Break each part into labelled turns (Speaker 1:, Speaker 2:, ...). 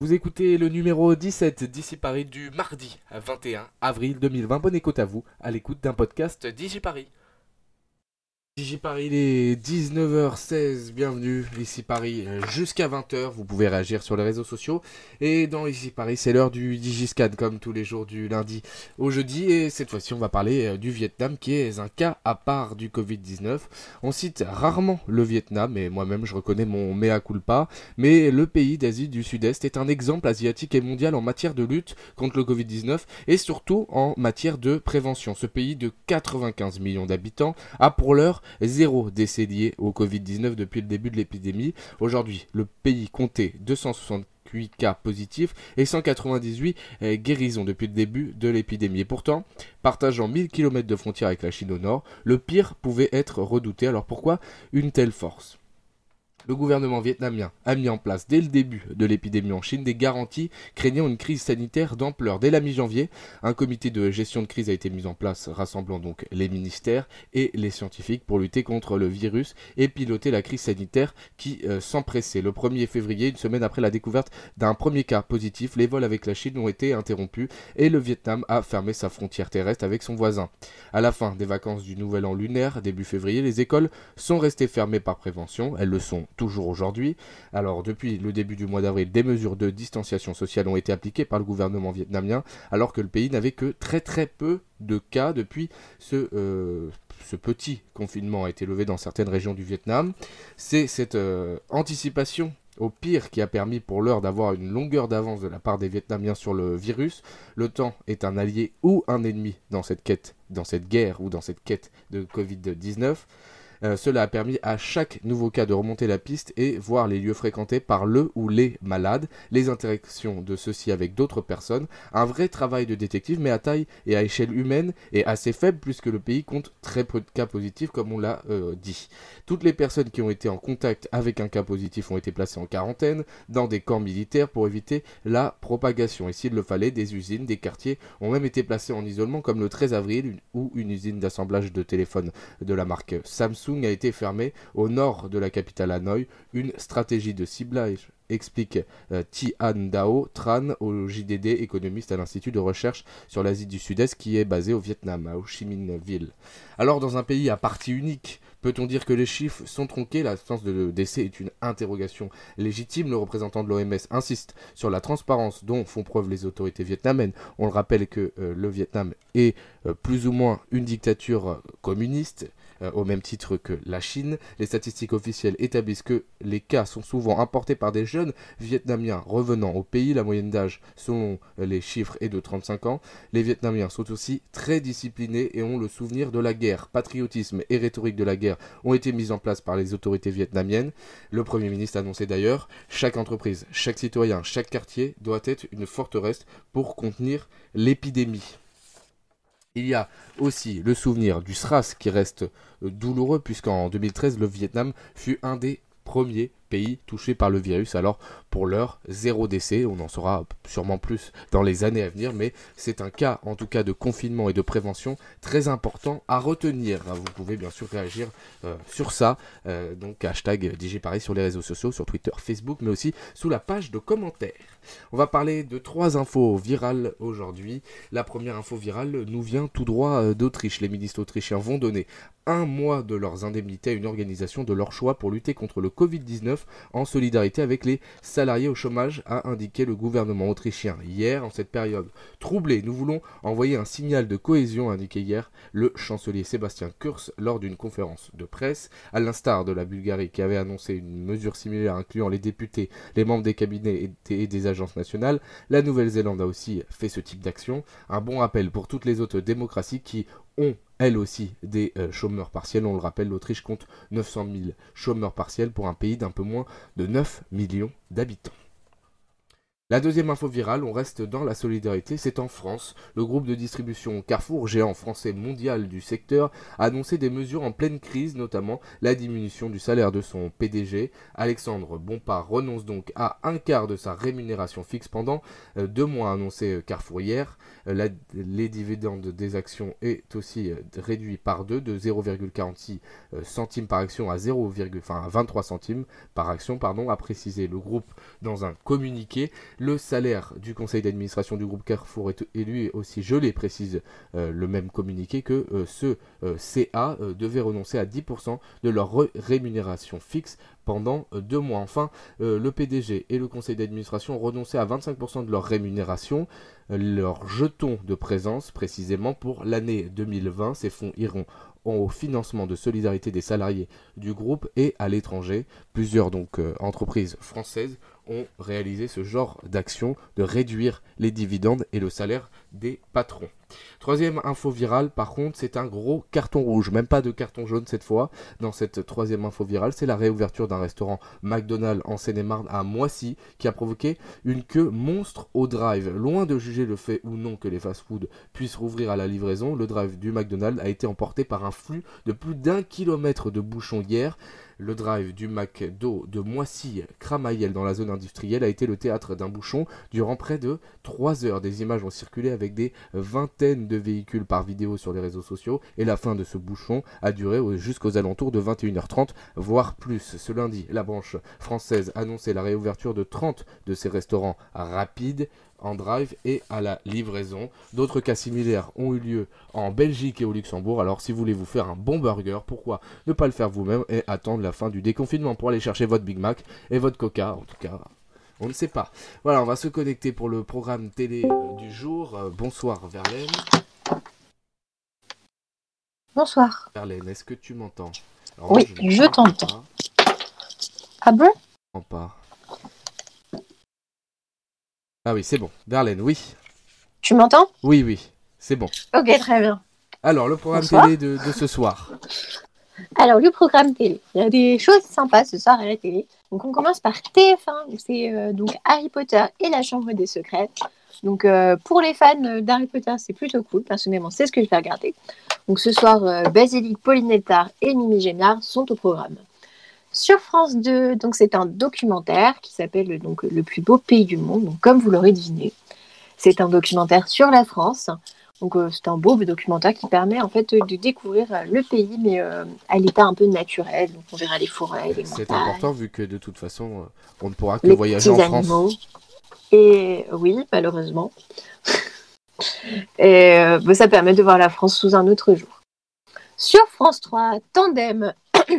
Speaker 1: Vous écoutez le numéro 17 d'ici Paris du mardi 21 avril 2020. Bonne écoute à vous, à l'écoute d'un podcast d'ici Paris. D'ici Paris, il est 19h16, bienvenue ici Paris jusqu'à 20h, vous pouvez réagir sur les réseaux sociaux et dans ici Paris c'est l'heure du Digiscan comme tous les jours du lundi au jeudi et cette fois-ci on va parler euh, du Vietnam qui est un cas à part du Covid-19. On cite rarement le Vietnam et moi-même je reconnais mon mea culpa mais le pays d'Asie du Sud-Est est un exemple asiatique et mondial en matière de lutte contre le Covid-19 et surtout en matière de prévention. Ce pays de 95 millions d'habitants a pour l'heure zéro décès lié au Covid-19 depuis le début de l'épidémie. Aujourd'hui, le pays comptait 260 8 cas positifs et 198 euh, guérisons depuis le début de l'épidémie. Et pourtant, partageant 1000 km de frontière avec la Chine au nord, le pire pouvait être redouté. Alors pourquoi une telle force le gouvernement vietnamien a mis en place dès le début de l'épidémie en Chine des garanties craignant une crise sanitaire d'ampleur. Dès la mi-janvier, un comité de gestion de crise a été mis en place rassemblant donc les ministères et les scientifiques pour lutter contre le virus et piloter la crise sanitaire qui euh, s'empressait. Le 1er février, une semaine après la découverte d'un premier cas positif, les vols avec la Chine ont été interrompus et le Vietnam a fermé sa frontière terrestre avec son voisin. À la fin des vacances du nouvel an lunaire, début février, les écoles sont restées fermées par prévention. Elles le sont toujours aujourd'hui. Alors depuis le début du mois d'avril, des mesures de distanciation sociale ont été appliquées par le gouvernement vietnamien, alors que le pays n'avait que très très peu de cas depuis ce, euh, ce, petit confinement a été levé dans certaines régions du Vietnam. C'est cette euh, anticipation au pire qui a permis pour l'heure d'avoir une longueur d'avance de la part des Vietnamiens sur le virus. Le temps est un allié ou un ennemi dans cette quête, dans cette guerre ou dans cette quête de Covid-19. Euh, cela a permis à chaque nouveau cas de remonter la piste et voir les lieux fréquentés par le ou les malades, les interactions de ceux-ci avec d'autres personnes, un vrai travail de détective mais à taille et à échelle humaine et assez faible puisque le pays compte très peu de cas positifs comme on l'a euh, dit. Toutes les personnes qui ont été en contact avec un cas positif ont été placées en quarantaine dans des camps militaires pour éviter la propagation et s'il le fallait des usines, des quartiers ont même été placés en isolement comme le 13 avril une, où une usine d'assemblage de téléphones de la marque Samsung a été fermé au nord de la capitale Hanoï. Une stratégie de ciblage explique euh, Tian Dao Tran au JDD, économiste à l'Institut de recherche sur l'Asie du Sud-Est qui est basé au Vietnam, à Ho Chi Minh Ville. Alors dans un pays à partie unique, peut-on dire que les chiffres sont tronqués L'absence de décès est une interrogation légitime. Le représentant de l'OMS insiste sur la transparence dont font preuve les autorités vietnamiennes. On le rappelle que euh, le Vietnam est euh, plus ou moins une dictature euh, communiste euh, au même titre que la Chine. Les statistiques officielles établissent que les cas sont souvent importés par des jeunes Vietnamiens revenant au pays. La moyenne d'âge, selon les chiffres, est de 35 ans. Les Vietnamiens sont aussi très disciplinés et ont le souvenir de la guerre. Patriotisme et rhétorique de la guerre ont été mises en place par les autorités vietnamiennes. Le Premier ministre annonçait d'ailleurs chaque entreprise, chaque citoyen, chaque quartier doit être une forteresse pour contenir l'épidémie. Il y a aussi le souvenir du SRAS qui reste euh, douloureux puisqu'en 2013 le Vietnam fut un des premiers pays touchés par le virus. Alors pour l'heure, zéro décès, on en saura sûrement plus dans les années à venir, mais c'est un cas en tout cas de confinement et de prévention très important à retenir. Hein, Vous pouvez bien sûr réagir euh, sur ça, euh, donc hashtag DigiParis sur les réseaux sociaux, sur Twitter, Facebook, mais aussi sous la page de commentaires. On va parler de trois infos virales aujourd'hui. La première info virale nous vient tout droit euh, d'Autriche. Les ministres autrichiens vont donner un mois de leurs indemnités à une organisation de leur choix pour lutter contre le Covid-19 en solidarité avec les salariés au chômage, a indiqué le gouvernement autrichien hier en cette période troublée. Nous voulons envoyer un signal de cohésion, a indiqué hier le chancelier Sébastien Kurz lors d'une conférence de presse, à l'instar de la Bulgarie qui avait annoncé une mesure similaire incluant les députés, les membres des cabinets et des agences nationales. La Nouvelle-Zélande a aussi fait ce type d'action. Un bon rappel pour toutes les autres démocraties qui ont elle aussi des euh, chômeurs partiels. On le rappelle, l'Autriche compte 900 000 chômeurs partiels pour un pays d'un peu moins de 9 millions d'habitants. La deuxième info virale, on reste dans la solidarité, c'est en France. Le groupe de distribution Carrefour, géant français mondial du secteur, a annoncé des mesures en pleine crise, notamment la diminution du salaire de son PDG. Alexandre Bompard renonce donc à un quart de sa rémunération fixe pendant euh, deux mois, annoncé Carrefour hier. Euh, La, les dividendes des actions est aussi euh, réduit par deux, de 0,46 euh, centimes par action à 0, enfin, à 23 centimes par action, pardon, a précisé le groupe dans un communiqué. Le salaire du conseil d'administration du groupe Carrefour est élu aussi gelé, précise euh, le même communiqué que euh, ce euh, CA euh, devait renoncer à 10% de leur re- rémunération fixe pendant euh, deux mois. Enfin, euh, le PDG et le conseil d'administration ont renoncé à 25% de leur rémunération, euh, leur jeton de présence précisément pour l'année 2020. Ces fonds iront au financement de solidarité des salariés du groupe et à l'étranger. Plusieurs donc euh, entreprises françaises ont réalisé ce genre d'action de réduire les dividendes et le salaire des patrons. Troisième info virale, par contre, c'est un gros carton rouge, même pas de carton jaune cette fois. Dans cette troisième info virale, c'est la réouverture d'un restaurant McDonald's en Seine-et-Marne à Moissy qui a provoqué une queue monstre au drive. Loin de juger le fait ou non que les fast-foods puissent rouvrir à la livraison, le drive du McDonald's a été emporté par un flux de plus d'un kilomètre de bouchons hier. Le drive du McDo de Moissy-Cramayel dans la zone industrielle a été le théâtre d'un bouchon durant près de 3 heures. Des images ont circulé avec des vingtaines de véhicules par vidéo sur les réseaux sociaux et la fin de ce bouchon a duré au- jusqu'aux alentours de 21h30, voire plus. Ce lundi, la branche française annonçait la réouverture de 30 de ses restaurants rapides en drive et à la livraison. D'autres cas similaires ont eu lieu en Belgique et au Luxembourg. Alors si vous voulez vous faire un bon burger, pourquoi ne pas le faire vous-même et attendre la fin du déconfinement pour aller chercher votre Big Mac et votre Coca en tout cas on ne sait pas. Voilà, on va se connecter pour le programme télé euh, du jour. Euh, bonsoir Verlaine.
Speaker 2: Bonsoir.
Speaker 1: Verlaine, est-ce que tu m'entends Alors,
Speaker 2: Oui,
Speaker 1: moi,
Speaker 2: je
Speaker 1: ne
Speaker 2: t'entends.
Speaker 1: pas,
Speaker 2: Ah bon
Speaker 1: je t'entends pas. Ah oui, c'est bon. Verlaine, oui.
Speaker 2: Tu m'entends
Speaker 1: Oui, oui, c'est bon.
Speaker 2: Ok, très bien.
Speaker 1: Alors, le programme
Speaker 2: Bonsoir.
Speaker 1: télé de, de ce soir.
Speaker 2: Alors, le programme télé. Il y a des choses sympas ce soir à la télé. Donc, on commence par TF1. où C'est euh, donc Harry Potter et la Chambre des Secrets. Donc, euh, pour les fans euh, d'Harry Potter, c'est plutôt cool. Personnellement, c'est ce que je vais regarder. Donc, ce soir, euh, Basilique, Pauline Eltar et Mimi Gémiard sont au programme. Sur France 2, donc c'est un documentaire qui s'appelle euh, donc Le plus beau pays du monde. Donc, comme vous l'aurez deviné, c'est un documentaire sur la France. Donc euh, c'est un beau documentaire qui permet en fait euh, de découvrir euh, le pays, mais euh, à l'état un peu naturel. Donc on verra les forêts, les montagnes,
Speaker 1: C'est important vu que de toute façon, euh, on ne pourra que
Speaker 2: les
Speaker 1: voyager en
Speaker 2: petits
Speaker 1: France.
Speaker 2: animaux. Et euh, oui, malheureusement. Et euh, bah, ça permet de voir la France sous un autre jour. Sur France 3, Tandem.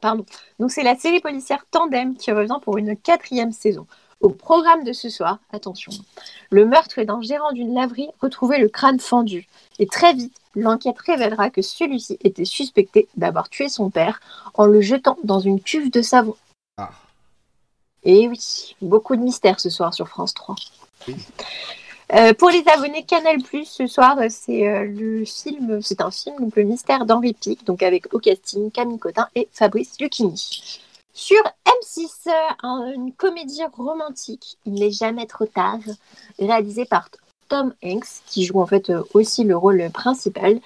Speaker 2: Pardon. Donc c'est la série policière Tandem qui revient pour une quatrième saison. Au programme de ce soir, attention, le meurtre d'un gérant d'une laverie retrouvait le crâne fendu. Et très vite, l'enquête révélera que celui-ci était suspecté d'avoir tué son père en le jetant dans une cuve de savon.
Speaker 1: Ah,
Speaker 2: Et Eh oui, beaucoup de mystères ce soir sur France 3.
Speaker 1: Oui.
Speaker 2: Euh, pour les abonnés Canal ce soir, euh, c'est euh, le film, c'est un film donc, le mystère d'Henri Pic, donc avec au casting Camille Cotin et Fabrice Lucchini. Sur M6, euh, un- une comédie romantique, Il n'est jamais trop tard, réalisée par Tom Hanks, qui joue en fait euh, aussi le rôle principal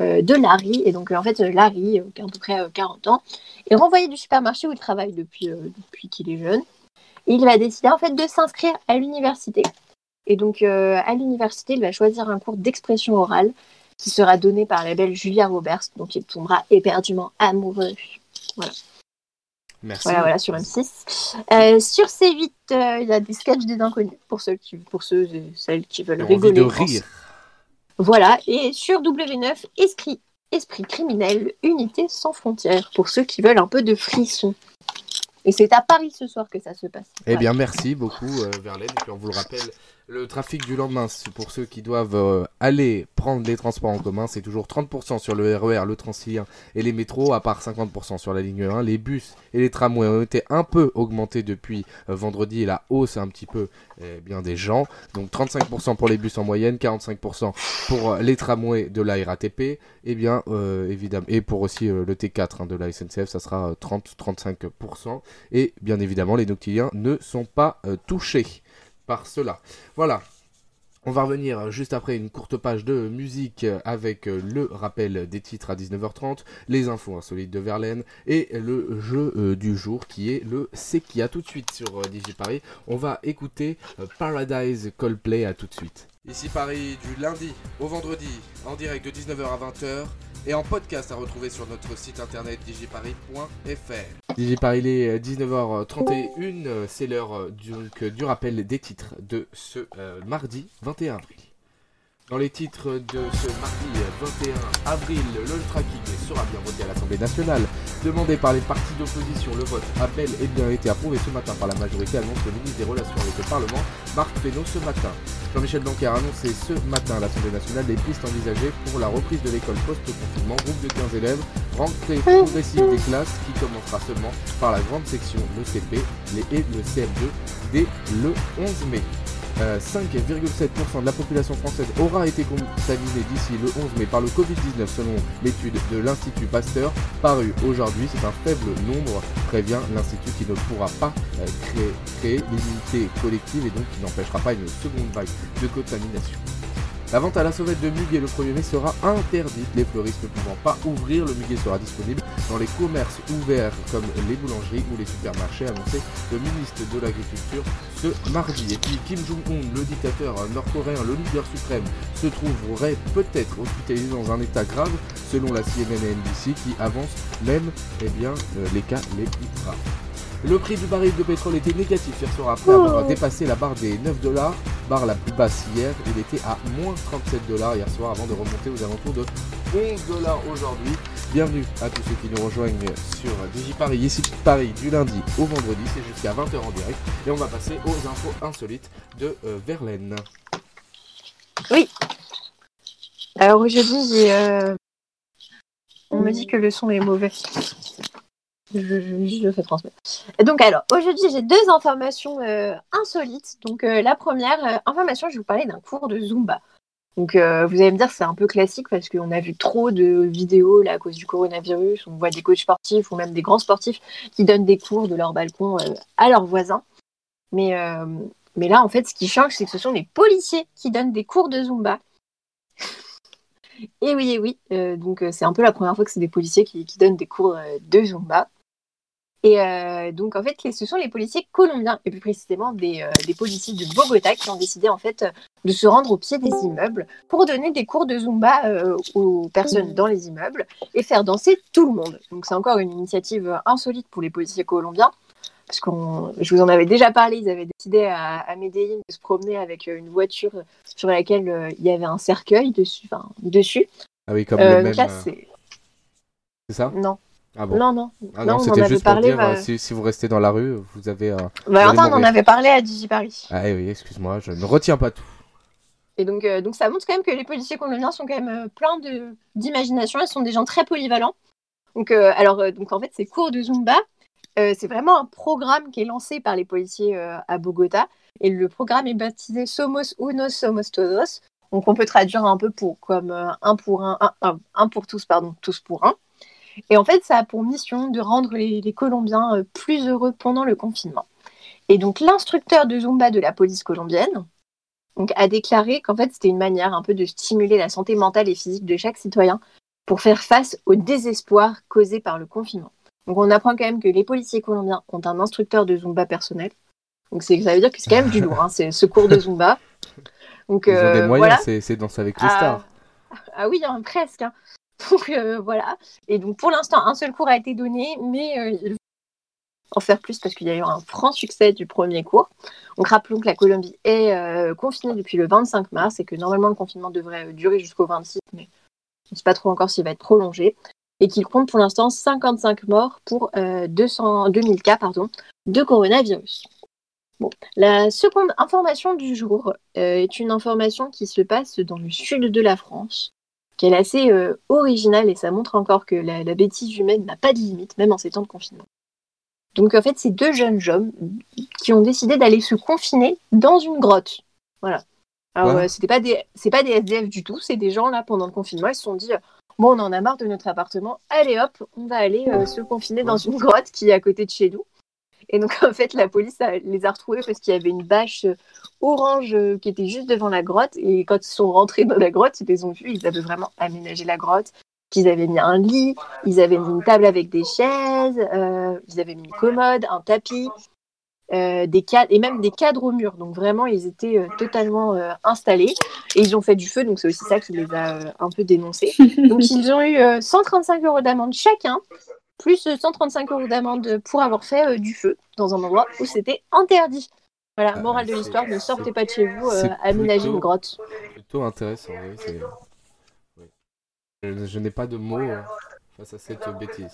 Speaker 2: euh, de Larry. Et donc euh, en fait, euh, Larry, euh, qui a à peu près euh, 40 ans, est renvoyé du supermarché où il travaille depuis, euh, depuis qu'il est jeune. Et il va décider en fait de s'inscrire à l'université. Et donc euh, à l'université, il va choisir un cours d'expression orale qui sera donné par la belle Julia Roberts. Donc il tombera éperdument amoureux.
Speaker 1: merci.
Speaker 2: Voilà, voilà, sur M6. Euh, sur C8, euh, il y a des sketchs des inconnus pour ceux qui, pour ceux et celles qui veulent
Speaker 1: J'ai envie
Speaker 2: rigoler.
Speaker 1: de
Speaker 2: je pense.
Speaker 1: rire.
Speaker 2: Voilà, et sur W9, esprit, esprit criminel, unité sans frontières, pour ceux qui veulent un peu de frisson. Et c'est à Paris ce soir que ça se passe.
Speaker 1: Eh
Speaker 2: Voilà.
Speaker 1: bien, merci beaucoup, euh, Verlaine. Et puis, on vous le rappelle, le trafic du lendemain, c'est pour ceux qui doivent euh, aller prendre les transports en commun, c'est toujours 30% sur le RER, le Transilien et les métros, à part 50% sur la ligne 1. Les bus et les tramways ont été un peu augmentés depuis euh, vendredi et la hausse un petit peu eh bien, des gens. Donc, 35% pour les bus en moyenne, 45% pour euh, les tramways de la RATP, et bien, euh, évidemment, et pour aussi euh, le T4 hein, de la SNCF, ça sera euh, 30-35%. Et bien évidemment, les noctiliens ne sont pas euh, touchés par cela. Voilà. On va revenir euh, juste après une courte page de musique euh, avec euh, le rappel des titres à 19h30, les infos insolites de Verlaine et le jeu euh, du jour qui est le C'est qui. A tout de suite sur euh, DigiParis. On va écouter euh, Paradise Coldplay. À tout de suite. Ici Paris du lundi au vendredi en direct de 19h à 20h et en podcast à retrouver sur notre site internet digiparis.fr. Digiparis, il est euh, 19h31, euh, c'est l'heure du, donc, euh, du rappel des titres de ce euh, mardi 21 avril. Dans les titres de ce mardi euh, 21 avril, le tracking sera bien voté à l'Assemblée nationale. Demandé par les partis d'opposition, le vote a bel et bien été approuvé ce matin par la majorité, annonce le ministre des Relations avec le Parlement, Marc Fesneau, ce matin. Jean-Michel Blanquer a annoncé ce matin à l'Assemblée nationale les pistes envisagées pour la reprise de l'école post-confinement, groupe de 15 élèves, rentrée progressive des classes qui commencera seulement par la grande section, le CP et le CM2 dès le 11 mai. Euh, 5,7% de la population française aura été contaminée d'ici le 11 mai par le Covid-19 selon l'étude de l'Institut Pasteur parue aujourd'hui. C'est un faible nombre, prévient l'Institut, qui ne pourra pas euh, créer, créer l'immunité collective et donc qui n'empêchera pas une seconde vague de contamination. La vente à la sauvette de muguet le 1er mai sera interdite, les fleuristes ne pouvant pas ouvrir, le muguet sera disponible dans les commerces ouverts comme les boulangeries ou les supermarchés, annoncé le ministre de l'Agriculture ce mardi. Et puis Kim Jong-un, le dictateur nord-coréen, le leader suprême, se trouverait peut-être hospitalisé dans un état grave, selon la CNN et NBC qui avance même eh bien, euh, les cas les plus graves. Le prix du baril de pétrole était négatif hier soir après avoir
Speaker 2: Oh.
Speaker 1: dépassé la barre des 9 dollars, barre la plus basse hier. Il était à moins 37 dollars hier soir avant de remonter aux alentours de 11 dollars aujourd'hui. Bienvenue à tous ceux qui nous rejoignent sur DigiParis, ici Paris, du lundi au vendredi, c'est jusqu'à 20h en direct. Et on va passer aux infos insolites de euh, Verlaine.
Speaker 2: Oui. Alors aujourd'hui, j'ai, euh, on me dit que le son est mauvais. Je, je- je le fais transmettre. Donc alors, aujourd'hui, j'ai deux informations euh, insolites. Donc euh, la première euh, information, je vais vous parler d'un cours de Zumba. Donc euh, vous allez me dire, c'est un peu classique parce qu'on a vu trop de vidéos là, à cause du coronavirus. On voit des coachs sportifs ou même des grands sportifs qui donnent des cours de leur balcon euh, à leurs voisins. Mais, euh, mais là, en fait, ce qui change, c'est que ce sont des policiers qui donnent des cours de Zumba. Et oui, et oui. Euh, donc, euh, c'est un peu la première fois que c'est des policiers qui, qui donnent des cours euh, de Zumba. Et euh, donc, en fait, les- ce sont les policiers colombiens, et plus précisément des, euh, des policiers de Bogota, qui ont décidé, en fait, euh, de se rendre au pied des immeubles pour donner des cours de Zumba euh, aux personnes dans les immeubles et faire danser tout le monde. Donc, c'est encore une initiative euh, insolite pour les policiers colombiens parce qu'on, je vous en avais déjà parlé, ils avaient décidé à, à Medellin de se promener avec euh, une voiture sur laquelle euh, il y avait un cercueil dessus. Enfin, dessus.
Speaker 1: Ah oui, comme
Speaker 2: Euh,
Speaker 1: le
Speaker 2: donc
Speaker 1: même.
Speaker 2: là,
Speaker 1: euh,
Speaker 2: c'est...
Speaker 1: C'est ça
Speaker 2: Non,
Speaker 1: Ah bon
Speaker 2: non, non.
Speaker 1: Ah
Speaker 2: non,
Speaker 1: non,
Speaker 2: on en
Speaker 1: c'était
Speaker 2: avait
Speaker 1: juste pour
Speaker 2: parlé,
Speaker 1: dire
Speaker 2: bah-
Speaker 1: euh, si, si vous restez dans la rue, vous avez. euh,
Speaker 2: Valentin, on en
Speaker 1: mourir.
Speaker 2: avait parlé à DigiParis.
Speaker 1: Ah eh oui, excuse-moi, je ne retiens pas tout.
Speaker 2: Et donc, euh, donc ça montre quand même que les policiers colombiens sont quand même euh, pleins de- d'imagination, ils sont des gens très polyvalents. Donc, euh, alors, euh, donc en fait, ces cours de Zumba, euh, c'est vraiment un programme qui est lancé par les policiers euh, à Bogota. Et le programme est baptisé Somos Unos, Somos Todos. Donc on peut traduire un peu pour, comme euh, un pour un, un, un- un pour tous, pardon, tous pour un. Et en fait, ça a pour mission de rendre les, les Colombiens euh, plus heureux pendant le confinement. Et donc l'instructeur de Zumba de la police colombienne, donc, a déclaré qu'en fait, c'était une manière un peu de stimuler la santé mentale et physique de chaque citoyen pour faire face au désespoir causé par le confinement. Donc, on apprend quand même que les policiers colombiens ont un instructeur de Zumba personnel. Donc, c'est- ça veut dire que c'est quand même du lourd, hein, c'est- ce cours de Zumba. Donc,
Speaker 1: Ils ont des
Speaker 2: euh,
Speaker 1: moyens,
Speaker 2: voilà.
Speaker 1: c'est, c'est danser avec les
Speaker 2: Ah,
Speaker 1: stars.
Speaker 2: Ah oui, hein, presque. hein. Donc euh, voilà. Et donc pour l'instant, un seul cours a été donné, mais euh, il faut en faire plus parce qu'il y a eu un franc succès du premier cours. Donc rappelons que la Colombie est euh, confinée depuis le 25 mars et que normalement le confinement devrait euh, durer jusqu'au 26, mais on ne sait pas trop encore s'il va être prolongé. Et qu'il compte pour l'instant 55 morts pour euh, 200, 2000 cas pardon, de coronavirus. Bon. La seconde information du jour euh, est une information qui se passe dans le sud de la France, qui est assez euh, originale et ça montre encore que la, la bêtise humaine n'a pas de limite, même en ces temps de confinement. Donc en fait, c'est deux jeunes hommes qui ont décidé d'aller se confiner dans une grotte. Voilà. Alors
Speaker 1: Ouais.
Speaker 2: euh, c'était pas des c'est pas des SDF du tout, c'est des gens là pendant le confinement, ils se sont dit euh, bon on en a marre de notre appartement, allez hop, on va aller euh, se confiner dans une grotte qui est à côté de chez nous. Et donc, en fait, la police a- les a retrouvés parce qu'il y avait une bâche euh, orange euh, qui était juste devant la grotte. Et quand ils sont rentrés dans la grotte, ils les ont vus. Ils avaient vraiment aménagé la grotte. Qu'ils avaient mis un lit, ils avaient mis une table avec des chaises, euh, ils avaient mis une commode, un tapis. euh, des cadres et même des cadres au mur. Donc vraiment, ils étaient euh, totalement euh, installés et ils ont fait du feu. Donc c'est aussi ça qui les a euh, un peu dénoncés. Donc ils ont eu euh, 135 euros d'amende chacun, plus euh, 135 euros d'amende pour avoir fait euh, du feu dans un endroit où c'était interdit. Voilà,
Speaker 1: Ah,
Speaker 2: morale de
Speaker 1: c'est-
Speaker 2: l'histoire, ne
Speaker 1: c'est-
Speaker 2: sortez pas de chez vous,
Speaker 1: c'est
Speaker 2: euh, aménagez
Speaker 1: plutôt-
Speaker 2: une grotte.
Speaker 1: Plutôt intéressant, oui. c'est- oui. Je, je n'ai pas de mots euh, face à cette bêtise.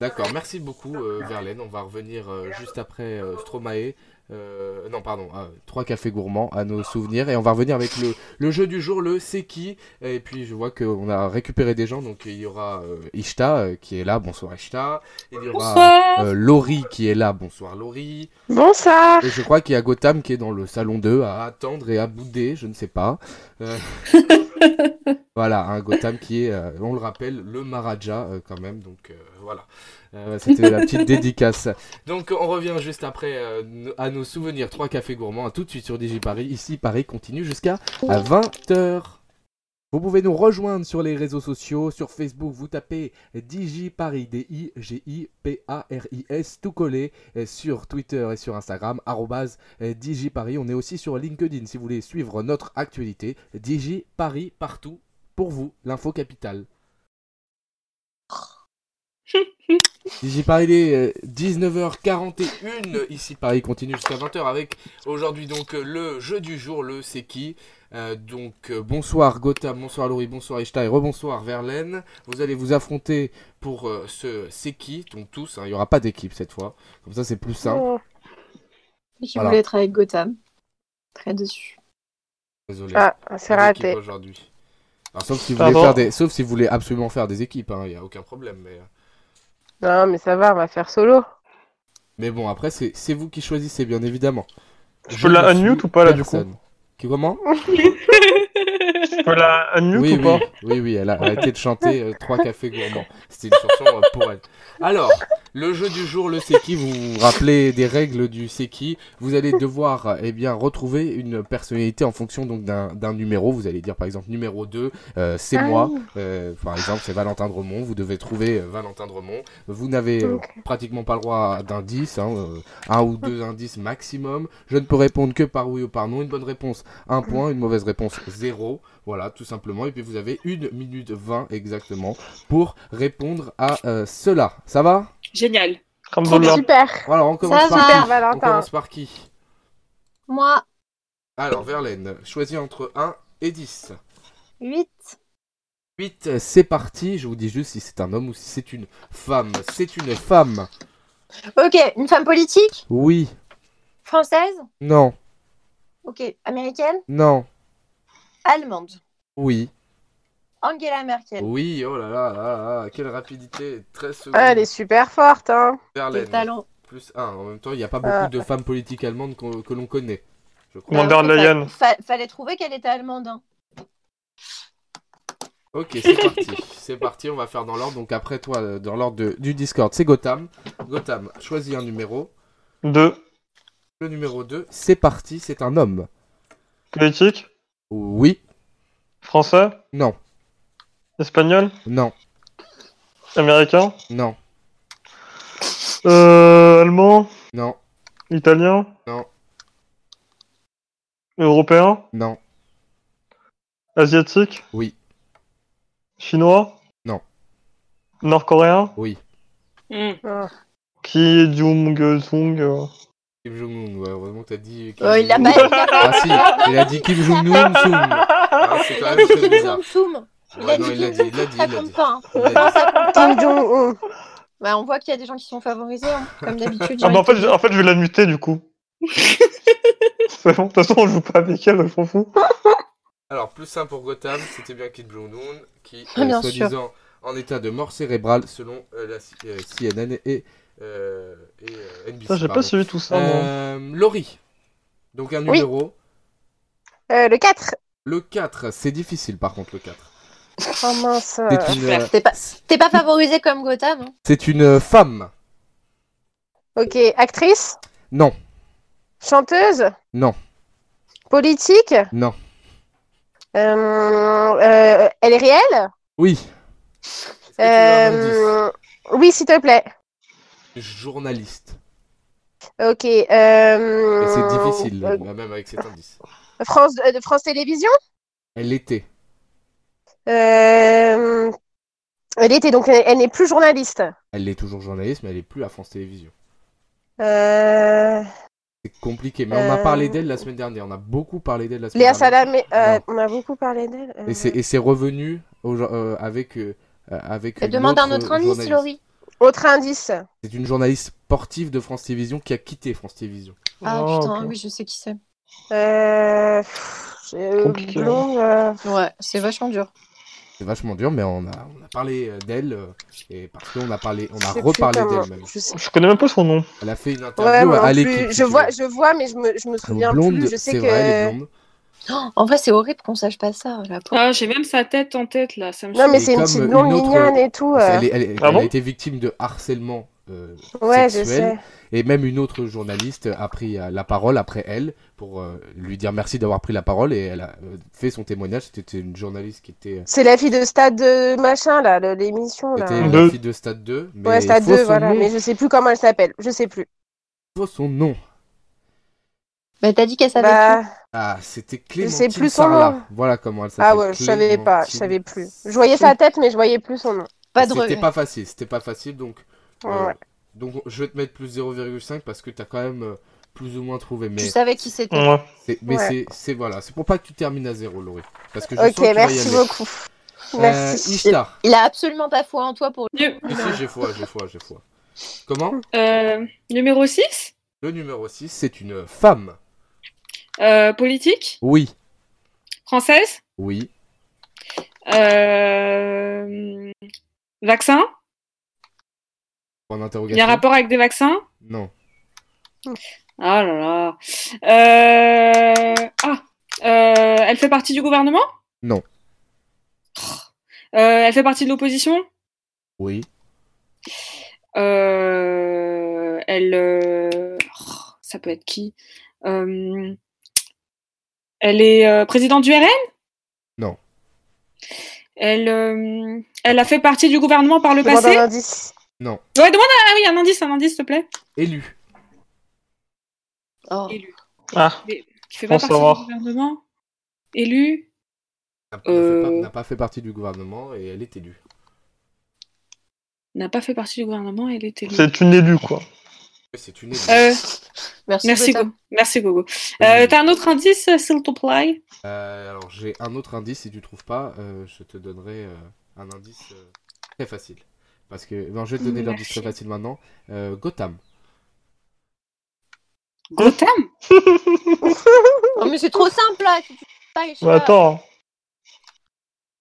Speaker 1: D'accord, merci beaucoup euh, Verlaine. On va revenir euh, juste après euh, Stromae. euh, non, pardon, à trois cafés gourmands à nos souvenirs. Et on va revenir avec le, le jeu du jour, le c'est qui. Et puis je vois qu'on a récupéré des gens. Donc il y aura euh, Ishta euh, qui est là. Bonsoir Ishta. Il y aura
Speaker 3: Bonsoir.
Speaker 1: euh, Laurie qui est là. Bonsoir Laurie.
Speaker 4: Bonsoir.
Speaker 1: Et je crois qu'il y a Gotham qui est dans le salon 2 à attendre et à bouder, je ne sais pas. Euh, voilà, un Gotham qui est, euh, on le rappelle, le Maharaja euh, quand même. Donc euh, voilà, Euh, c'était la petite dédicace. Donc on revient juste après euh, no- à nos souvenirs. Trois cafés gourmands, à tout de suite sur DigiParis. Ici, Paris continue jusqu'à 20h. Vous pouvez nous rejoindre sur les réseaux sociaux, sur Facebook, vous tapez DigiParis, D-I-G-I-P-A-R-I-S, tout collé, et euh, sur Twitter et sur Instagram, arrobase euh, DigiParis. On est aussi sur LinkedIn si vous voulez suivre notre actualité. DigiParis partout, pour vous, l'info capitale. DigiParis, il est euh, 19h41, ici Paris continue jusqu'à 20h avec aujourd'hui donc euh, le jeu du jour, le c'est qui Euh, donc euh, bonsoir Gotham, bonsoir Laurie, bonsoir Ishta et rebonsoir Verlaine. Vous allez vous affronter pour euh, ce c'est qui, donc tous, hein, il n'y aura pas d'équipe cette fois. Comme ça c'est plus simple.
Speaker 4: Oh,
Speaker 2: Et qui
Speaker 1: Voilà.
Speaker 2: voulait être avec Gotham. Très déçu.
Speaker 1: Désolé.
Speaker 4: Ah, c'est
Speaker 1: Pas d'équipe
Speaker 4: raté.
Speaker 1: aujourd'hui. Alors, sauf si vous
Speaker 4: Pardon.
Speaker 1: voulez faire des, sauf si vous voulez absolument faire des équipes, il n'y a aucun problème. Mais, euh,
Speaker 4: Non, mais ça va, on va faire solo.
Speaker 1: mais bon, après c'est c'est vous qui choisissez, bien évidemment.
Speaker 5: Je peux la unmute ou pas, là, du coup
Speaker 1: Qui comment
Speaker 5: Je peux la unmute
Speaker 1: oui,
Speaker 5: ou pas
Speaker 1: oui, oui, oui, elle a arrêté de chanter euh, Trois cafés gourmands. C'était une chanson euh, pour elle. Alors, le jeu du jour, le c'est qui, vous vous rappelez des règles du c'est qui. Vous allez devoir euh, eh bien, retrouver une personnalité en fonction donc d'un d'un numéro. Vous allez dire par exemple numéro 2, euh, c'est
Speaker 4: Ah
Speaker 1: moi.
Speaker 4: oui.
Speaker 1: Euh, par exemple, c'est Valentin Dremont. Vous devez trouver euh, Valentin Dremont. Vous n'avez euh,
Speaker 4: Ok.
Speaker 1: pratiquement pas le droit d'indices, hein, euh, un ou deux indices maximum. Je ne peux répondre que par oui ou par non. Une bonne réponse, un point. Une mauvaise réponse, zéro. Voilà, tout simplement. Et puis vous avez une minute 20 exactement pour répondre à euh, cela. Ça va
Speaker 3: Génial.
Speaker 5: Comme dans la...
Speaker 4: Super.
Speaker 1: Voilà, on commence,
Speaker 2: Ça
Speaker 1: par,
Speaker 2: va.
Speaker 1: qui
Speaker 4: Super,
Speaker 1: on
Speaker 4: Valentin.
Speaker 1: commence par qui
Speaker 2: Moi,
Speaker 1: Alors, Verlaine, choisis entre 1 et 10.
Speaker 2: 8.
Speaker 1: 8, c'est parti. Je vous dis juste si c'est un homme ou si c'est une femme. C'est une femme.
Speaker 2: Ok, une femme politique
Speaker 1: Oui.
Speaker 2: Française
Speaker 1: Non.
Speaker 2: Ok, américaine
Speaker 1: Non.
Speaker 2: Allemande
Speaker 1: Oui.
Speaker 2: Angela Merkel.
Speaker 1: Oui, oh là là, là, là, quelle rapidité. 13 secondes.
Speaker 4: Ah, elle est super forte, hein.
Speaker 2: Quel
Speaker 1: Verlaine.
Speaker 2: talent.
Speaker 1: Plus 1. En même temps, il n'y a pas beaucoup
Speaker 4: Ah.
Speaker 1: de femmes politiques allemandes qu'on- que l'on connaît. Je crois.
Speaker 5: Von der
Speaker 2: Alors, fa-
Speaker 5: Leyen.
Speaker 2: Bah, fa- fallait trouver qu'elle était allemande. hein.
Speaker 1: Ok, c'est parti. c'est parti, on va faire dans l'ordre. Donc après toi, euh, dans l'ordre de- du Discord, c'est Gotham. Gotham, choisis un numéro.
Speaker 5: Deux.
Speaker 1: Le numéro 2, c'est parti, c'est un homme.
Speaker 5: Politique.
Speaker 1: Oui.
Speaker 5: Français.
Speaker 1: Non.
Speaker 5: Espagnol.
Speaker 1: Non.
Speaker 5: Américain.
Speaker 1: Non.
Speaker 5: Euh, allemand.
Speaker 1: Non.
Speaker 5: Italien.
Speaker 1: Non.
Speaker 5: Européen.
Speaker 1: Non.
Speaker 5: Asiatique.
Speaker 1: Oui.
Speaker 5: Chinois.
Speaker 1: Non.
Speaker 5: Nord-coréen.
Speaker 1: Oui.
Speaker 3: Mm.
Speaker 4: Ah.
Speaker 5: Qui Jung Sung. euh,
Speaker 1: Kim Jong-un, ouais, heureusement que t'as dit. Kim
Speaker 2: Euh, il l'a
Speaker 1: Jong-un.
Speaker 2: pas. il l'a
Speaker 1: Ah
Speaker 2: pas-
Speaker 1: si, il a dit Kim Jong-un. Soum. Ah, c'est
Speaker 2: Il
Speaker 1: quand
Speaker 2: a
Speaker 1: même
Speaker 2: dit
Speaker 1: très
Speaker 2: Kim
Speaker 1: bizarre.
Speaker 2: Jong-soum. Il a
Speaker 1: Ouais, non,
Speaker 2: dit
Speaker 1: il l'a
Speaker 2: Kim
Speaker 1: dit, il l'a dit,
Speaker 2: Ça
Speaker 1: il l'a
Speaker 2: compte
Speaker 1: dit.
Speaker 2: pas. hein.
Speaker 1: Il l'a dit.
Speaker 2: Ça compte pas.
Speaker 4: Kim Jong-un.
Speaker 2: Bah, on voit qu'il y a des gens qui sont favorisés, hein, comme d'habitude.
Speaker 5: Ah bah en fait, je- en fait, je vais la muter du coup. C'est bon, de toute façon, on joue pas avec elle, je m'en fous.
Speaker 1: Alors, plus 1 pour Gotham, c'était bien Kim Jong-un, qui
Speaker 2: Ah,
Speaker 1: est
Speaker 2: bien
Speaker 1: soi-disant en état de mort cérébrale selon euh, la C- euh, CNN et, euh, et euh, NBC.
Speaker 5: Putain, j'ai pas
Speaker 1: pardon.
Speaker 5: suivi tout ça, moi.
Speaker 1: Euh, Laurie, donc un
Speaker 4: Oui.
Speaker 1: numéro.
Speaker 4: Euh, le 4.
Speaker 1: Le 4, c'est difficile par contre, le 4.
Speaker 4: Oh mince. euh,
Speaker 1: C'est une, euh,
Speaker 2: T'es pas, t'es pas favorisé comme Gotham. hein.
Speaker 1: c'est une euh, femme.
Speaker 4: Ok, actrice
Speaker 1: Non,
Speaker 4: Chanteuse
Speaker 1: Non.
Speaker 4: Politique
Speaker 1: non.
Speaker 4: Euh, euh, Elle est réelle
Speaker 1: Oui. Est-ce que tu veux un indice
Speaker 4: Euh, Oui, s'il te plaît.
Speaker 1: Journaliste.
Speaker 4: Ok.
Speaker 1: Et
Speaker 4: euh,
Speaker 1: c'est difficile,
Speaker 4: euh,
Speaker 1: là, même avec cet indice.
Speaker 4: France, euh, France Télévisions
Speaker 1: Elle l'était.
Speaker 4: Euh, Elle était donc, elle, elle n'est plus journaliste.
Speaker 1: Elle est toujours journaliste, mais elle est plus à France Télévisions.
Speaker 4: Euh,
Speaker 1: C'est compliqué, mais on a
Speaker 4: Euh,
Speaker 1: parlé d'elle la semaine dernière. On a beaucoup parlé d'elle la semaine
Speaker 4: Léa
Speaker 1: dernière.
Speaker 4: Salamé, euh, on a beaucoup parlé d'elle. euh,
Speaker 1: Et c'est- Et c'est revenu au- euh, avec. euh, euh, avec
Speaker 2: Elle
Speaker 1: une
Speaker 2: demande un autre
Speaker 1: autre
Speaker 2: indice,
Speaker 1: journaliste.
Speaker 2: Laurie.
Speaker 4: Autre indice.
Speaker 1: C'est une journaliste sportive de France Télévisions qui a quitté France Télévisions.
Speaker 2: Ah
Speaker 5: Oh,
Speaker 2: putain,
Speaker 5: ok.
Speaker 2: oui, je sais qui c'est.
Speaker 4: Euh, pff, j'ai- euh,
Speaker 5: Compliqué.
Speaker 4: blonde, euh,
Speaker 2: Ouais, c'est vachement dur.
Speaker 1: C'est vachement dur, mais on a, on a parlé euh, d'elle euh, et parce qu'on a parlé, on
Speaker 4: je
Speaker 1: a
Speaker 4: sais plus
Speaker 1: reparlé
Speaker 4: comment-
Speaker 1: d'elle même.
Speaker 4: je sais-
Speaker 5: Je connais même pas son nom.
Speaker 1: Elle a fait une
Speaker 4: Ouais,
Speaker 1: interview
Speaker 4: moi
Speaker 1: à
Speaker 4: non
Speaker 1: l'équipe.
Speaker 4: plus.
Speaker 1: si
Speaker 4: Je
Speaker 1: tu
Speaker 4: vois,
Speaker 1: veux.
Speaker 4: je vois, mais je me, je me
Speaker 1: Elle est
Speaker 4: souviens
Speaker 1: blonde,
Speaker 4: plus. Je
Speaker 1: c'est
Speaker 4: sais
Speaker 1: vrai, elle est
Speaker 4: que.
Speaker 1: blonde.
Speaker 2: Oh, en vrai, c'est horrible qu'on sache pas ça. La pauvre.
Speaker 3: Ah, j'ai même sa tête en tête là, ça me
Speaker 4: Non, mais
Speaker 1: Et
Speaker 4: c'est une
Speaker 1: comme
Speaker 4: petite
Speaker 1: une
Speaker 4: blonde
Speaker 1: autre-
Speaker 4: mignonne et tout. euh,
Speaker 1: Elle, est- elle est-
Speaker 5: Ah
Speaker 1: elle
Speaker 5: bon
Speaker 1: a été victime de harcèlement euh,
Speaker 4: Ouais, je
Speaker 1: sexuel.
Speaker 4: sais.
Speaker 1: Et même une autre journaliste a pris euh, la parole après elle pour euh, lui dire merci d'avoir pris la parole et elle a euh, fait son témoignage. C'était une journaliste qui était,
Speaker 4: C'est la fille de Stade euh, machin là, le- l'émission Oh là.
Speaker 1: c'était
Speaker 5: Deux.
Speaker 1: la fille de Stade 2. Mais
Speaker 4: Ouais, Stade
Speaker 1: il faut
Speaker 4: 2,
Speaker 1: son
Speaker 4: voilà.
Speaker 1: nom,
Speaker 4: Mais je sais plus comment elle s'appelle. Je sais plus.
Speaker 1: il faut son nom.
Speaker 2: Bah, t'as dit qu'elle savait
Speaker 4: Bah,
Speaker 1: Ah, c'était
Speaker 4: sais
Speaker 1: Clémentine
Speaker 4: plus son
Speaker 1: Sarlat.
Speaker 4: nom.
Speaker 1: Voilà comment elle s'appelle.
Speaker 4: ah ouais, je savais pas. Je
Speaker 1: Clémentine
Speaker 4: savais plus. Je voyais sa tête, mais je voyais plus son nom.
Speaker 2: plus. Pas de
Speaker 1: C'était
Speaker 2: regret.
Speaker 1: pas facile, c'était pas facile donc. euh,
Speaker 4: Ouais.
Speaker 1: Donc je vais te mettre plus 0,5 parce que t'as quand même euh, plus ou moins trouvé. Mais
Speaker 2: Tu savais qui c'était.
Speaker 5: Ouais.
Speaker 1: c'est mais
Speaker 4: Ouais.
Speaker 1: c'est- c'est voilà, c'est pour pas que tu termines à zéro, Laurie. Parce que je sens
Speaker 4: Ok,
Speaker 1: que tu vas y
Speaker 4: merci
Speaker 1: aller.
Speaker 4: beaucoup.
Speaker 1: Euh,
Speaker 4: Merci.
Speaker 1: Ishtar.
Speaker 2: Il a absolument pas foi en toi pour
Speaker 3: Mieux.
Speaker 1: Mais si, j'ai foi, j'ai foi, j'ai foi. Comment
Speaker 4: Hmm.
Speaker 3: Euh, numéro 6
Speaker 1: Le numéro 6, c'est une femme.
Speaker 3: euh, Politique
Speaker 1: Oui.
Speaker 3: Française
Speaker 1: Oui.
Speaker 3: euh, Vaccin
Speaker 1: En
Speaker 3: Il y a
Speaker 1: interrogation.
Speaker 3: un rapport avec des vaccins
Speaker 1: Non.
Speaker 3: Ah là là. Euh, Ah, euh, elle fait partie du gouvernement
Speaker 1: Non.
Speaker 3: Euh, elle fait partie de l'opposition
Speaker 1: Oui.
Speaker 3: Euh, Elle. euh, oh, Ça peut être qui Euh, Elle est euh, présidente du RN
Speaker 1: Non.
Speaker 3: Elle, euh, elle a fait partie du gouvernement par le
Speaker 4: Je demande
Speaker 3: passé
Speaker 4: un indice.
Speaker 3: Ouais, demande un- ah oui, un indice, un indice, s'il te plaît.
Speaker 1: Élu.
Speaker 2: Oh.
Speaker 3: Élu.
Speaker 5: Ah,
Speaker 3: Qui fait pas
Speaker 5: Pense
Speaker 3: partie
Speaker 5: savoir.
Speaker 3: du gouvernement Élu
Speaker 1: N'a n'a fait pas-
Speaker 3: Euh.
Speaker 1: n'a pas fait partie du gouvernement et elle est élue.
Speaker 3: N'a pas fait partie du gouvernement, elle est élue.
Speaker 5: c'est une élue, quoi.
Speaker 1: C'est une élue.
Speaker 3: Euh,
Speaker 2: Merci,
Speaker 3: merci,
Speaker 2: Gotham.
Speaker 3: Gogo. Merci, Gogo. Euh, T'as un autre indice, euh, s'il te plaît
Speaker 1: Euh, alors j'ai un autre indice si tu trouves pas, euh, je te donnerai euh, un indice euh, très facile. Parce que non, je vais te donner l'indice
Speaker 3: Merci.
Speaker 1: très facile maintenant. Euh, Gotham.
Speaker 3: Gotham
Speaker 2: Oh, mais c'est trop simple là. tu- tu- pas les
Speaker 5: Mais
Speaker 1: Bah,
Speaker 2: cheveux.
Speaker 5: attends, hein.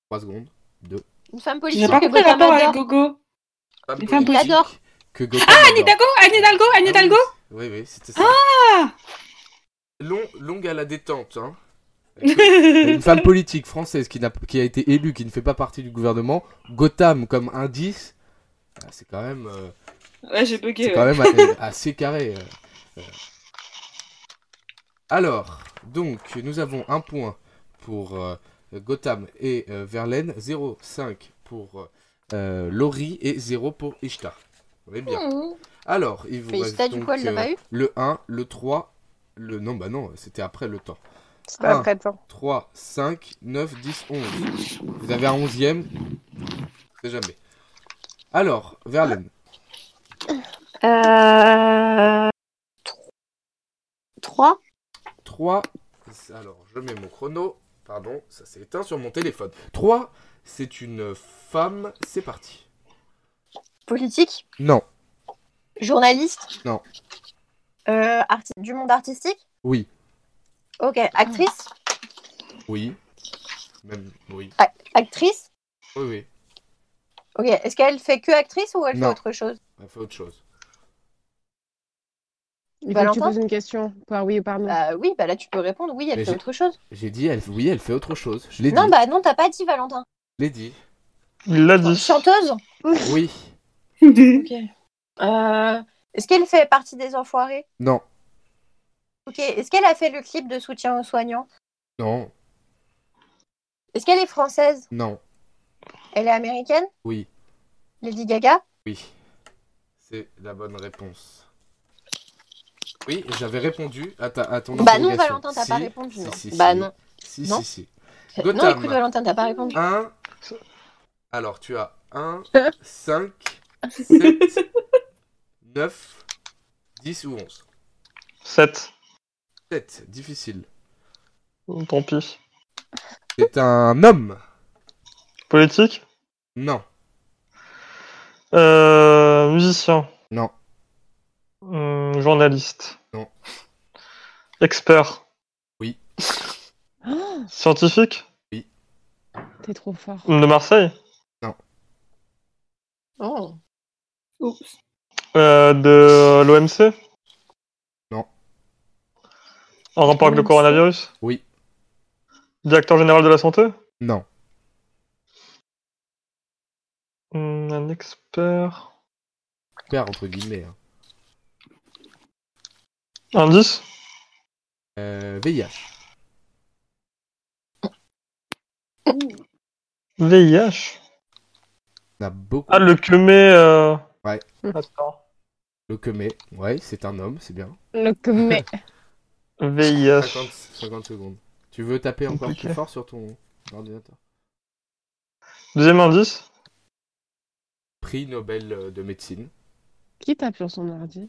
Speaker 1: 3 secondes.
Speaker 2: Une femme
Speaker 3: J'ai
Speaker 2: politique
Speaker 3: pas
Speaker 2: que
Speaker 3: compris le
Speaker 2: Gotham
Speaker 3: rapport avec
Speaker 2: adore.
Speaker 3: Gogo. Une femme
Speaker 1: politique
Speaker 2: politique.
Speaker 1: Que Gotham ah,
Speaker 3: Anne Hidalgo Anne Hidalgo Anne Hidalgo
Speaker 1: Oui, oui, c'était ça.
Speaker 3: Ah
Speaker 1: Long, longue à la détente. Hein. Une femme politique française qui, n'a- qui a été élue, qui ne fait pas partie du gouvernement. Gotham comme indice. Ah, C'est quand même, euh,
Speaker 3: Ouais, j'ai
Speaker 1: c'est
Speaker 3: bugué.
Speaker 1: quand
Speaker 3: ouais.
Speaker 1: même euh, assez carré. euh, euh. Alors, donc, nous avons un point pour euh, Gotham et euh, Verlaine, 0,5 pour euh, Laurie et 0 pour Ishtar. On est bien.
Speaker 2: Mmh.
Speaker 1: Alors, il vous reste
Speaker 2: Félicitations, du
Speaker 1: donc,
Speaker 2: coup, elle l'a
Speaker 1: euh,
Speaker 2: pas eu.
Speaker 1: le 1, le 3, le... Non, bah non, c'était après le temps.
Speaker 4: C'est pas
Speaker 1: Ah.
Speaker 4: après le temps.
Speaker 1: 3, 5, 9, 10, 11. Vous avez un onzième. C'est jamais. Alors, Verlaine.
Speaker 2: Euh... 3
Speaker 1: 3. Alors, je mets mon chrono. Pardon, ça s'est éteint sur mon téléphone. 3, c'est une femme. C'est parti.
Speaker 2: Politique
Speaker 1: Non.
Speaker 2: Journaliste
Speaker 1: Non.
Speaker 2: Euh, arti- Du monde artistique
Speaker 1: Oui.
Speaker 2: Ok. Actrice
Speaker 1: Oui. Même. Oui.
Speaker 2: Actrice
Speaker 1: Oui, oui.
Speaker 2: Ok. Est-ce qu'elle fait que actrice ou elle
Speaker 1: Non.
Speaker 2: fait autre chose
Speaker 1: On fait autre chose.
Speaker 4: Il
Speaker 2: Valentin
Speaker 4: une question, par oui ou par non.
Speaker 2: Bah oui, bah là tu peux répondre oui, elle
Speaker 1: Mais
Speaker 2: fait
Speaker 1: j'ai-
Speaker 2: autre chose.
Speaker 1: J'ai dit, elle... oui, elle fait autre chose. Je l'ai dit.
Speaker 2: Non, bah non, t'as pas dit Valentin.
Speaker 1: Je l'ai dit.
Speaker 5: il l'a dit.
Speaker 2: Chanteuse
Speaker 1: Oui.
Speaker 2: Ok. Euh, Est-ce qu'elle fait partie des enfoirés
Speaker 1: Non.
Speaker 2: Ok. Est-ce qu'elle a fait le clip de soutien aux soignants
Speaker 1: Non.
Speaker 2: Est-ce qu'elle est française
Speaker 1: Non.
Speaker 2: Elle est américaine
Speaker 1: Oui.
Speaker 2: Lady Gaga
Speaker 1: Oui. C'est la bonne réponse. Oui, j'avais répondu à, ta, à ton
Speaker 2: Bah non,
Speaker 1: interrogation.
Speaker 2: Valentin, t'as pas
Speaker 1: Si,
Speaker 2: répondu,
Speaker 1: si,
Speaker 2: non.
Speaker 1: si,
Speaker 2: Bah
Speaker 1: si.
Speaker 2: non.
Speaker 1: Si,
Speaker 2: Non.
Speaker 1: si, si.
Speaker 2: Non,
Speaker 1: Gotham.
Speaker 2: écoute, Valentin, t'as pas répondu.
Speaker 1: 1. Alors, tu as 1, 5, 7, 9, 10 ou 11.
Speaker 5: 7.
Speaker 1: 7, difficile.
Speaker 5: Oh, Tant pis.
Speaker 1: C'est un homme
Speaker 5: Politique
Speaker 1: Non.
Speaker 5: euh, Musicien
Speaker 1: Non.
Speaker 5: Hum, journaliste
Speaker 1: Non.
Speaker 5: Expert
Speaker 1: Oui.
Speaker 4: Oh,
Speaker 5: Scientifique
Speaker 4: T'es trop fort.
Speaker 5: De Marseille
Speaker 2: Oh.
Speaker 3: Oups.
Speaker 5: Euh, De l'OMC
Speaker 1: Non.
Speaker 5: En rapport avec le
Speaker 3: OMC?
Speaker 5: coronavirus
Speaker 1: Oui.
Speaker 5: Directeur général de la santé
Speaker 1: Non.
Speaker 5: Hum, Un expert
Speaker 1: Père, entre guillemets. hein.
Speaker 5: Indice
Speaker 1: Euh, VIH.
Speaker 5: VIH
Speaker 1: On a beaucoup.
Speaker 5: Ah, le cumé. Euh...
Speaker 1: Ouais.
Speaker 5: Attends.
Speaker 1: Le Kemé. Ouais, c'est un homme, c'est bien.
Speaker 4: Le mais
Speaker 5: VIH.
Speaker 1: 50, 50 secondes. Tu veux taper encore
Speaker 5: Ah. Compliqué.
Speaker 1: plus fort sur ton ordinateur
Speaker 5: Deuxième indice
Speaker 1: Prix Nobel euh, de médecine.
Speaker 4: qui tape sur son ordi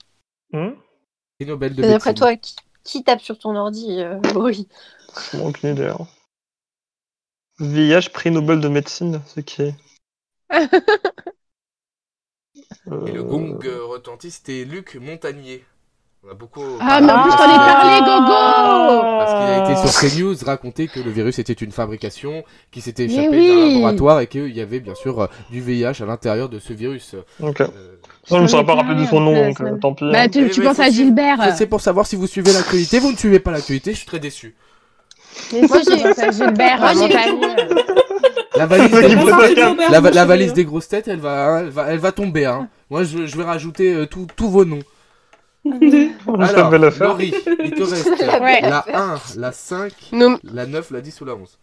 Speaker 5: Hum
Speaker 1: Prix Nobel de
Speaker 2: Mais
Speaker 1: médecine.
Speaker 2: après toi, qui, qui tape sur ton ordi euh, Laurie
Speaker 5: Bon, aucune idée. hein. VIH, prix Nobel de médecine, ce qui est.
Speaker 1: Et le
Speaker 5: Euh,
Speaker 1: gong euh, retentit, c'était Luc Montagnier. On a beaucoup.
Speaker 4: Ah, mais en plus, t'en es parlé, gogo
Speaker 1: Parce qu'il a
Speaker 4: Oh.
Speaker 1: été sur CNews raconter que le virus était une fabrication qui s'était
Speaker 4: Mais
Speaker 1: échappée d'un
Speaker 4: oui.
Speaker 1: laboratoire et qu'il y avait bien sûr euh, du VIH à l'intérieur de ce virus.
Speaker 5: Ok.
Speaker 1: Euh,
Speaker 5: Ça, je me serais pas
Speaker 4: J'en ai
Speaker 5: rappelé de
Speaker 4: plein,
Speaker 5: son nom,
Speaker 4: la
Speaker 5: donc euh,
Speaker 4: semaine.
Speaker 5: tant pis.
Speaker 4: Bah,
Speaker 5: hein.
Speaker 1: mais-
Speaker 4: tu, tu
Speaker 1: mais
Speaker 4: penses
Speaker 1: faut
Speaker 4: à
Speaker 1: suivre-
Speaker 4: Gilbert euh.
Speaker 1: ça, C'est pour savoir si vous suivez l'actualité. Vous ne suivez pas l'actualité, je suis très déçu.
Speaker 4: Mais
Speaker 2: Moi,
Speaker 4: si,
Speaker 2: j'ai-
Speaker 4: tu penses à Gilbert,
Speaker 2: Moi, j'ai-
Speaker 4: Montagnier.
Speaker 1: La valise
Speaker 5: Le mec,
Speaker 1: des
Speaker 5: il
Speaker 1: grosses
Speaker 5: bosse
Speaker 1: têtes,
Speaker 5: la cave.
Speaker 1: la, va- la valise des grosses têtes, elle va, hein, elle va, elle va tomber. hein. Moi, je, je vais rajouter euh, tous tous vos noms.
Speaker 5: Vous
Speaker 1: Alors,
Speaker 5: savez la faire.
Speaker 1: Laurie, il te reste
Speaker 4: Ouais.
Speaker 1: la 1, la 5,
Speaker 4: Num-
Speaker 1: la 9, la 10 ou la 11.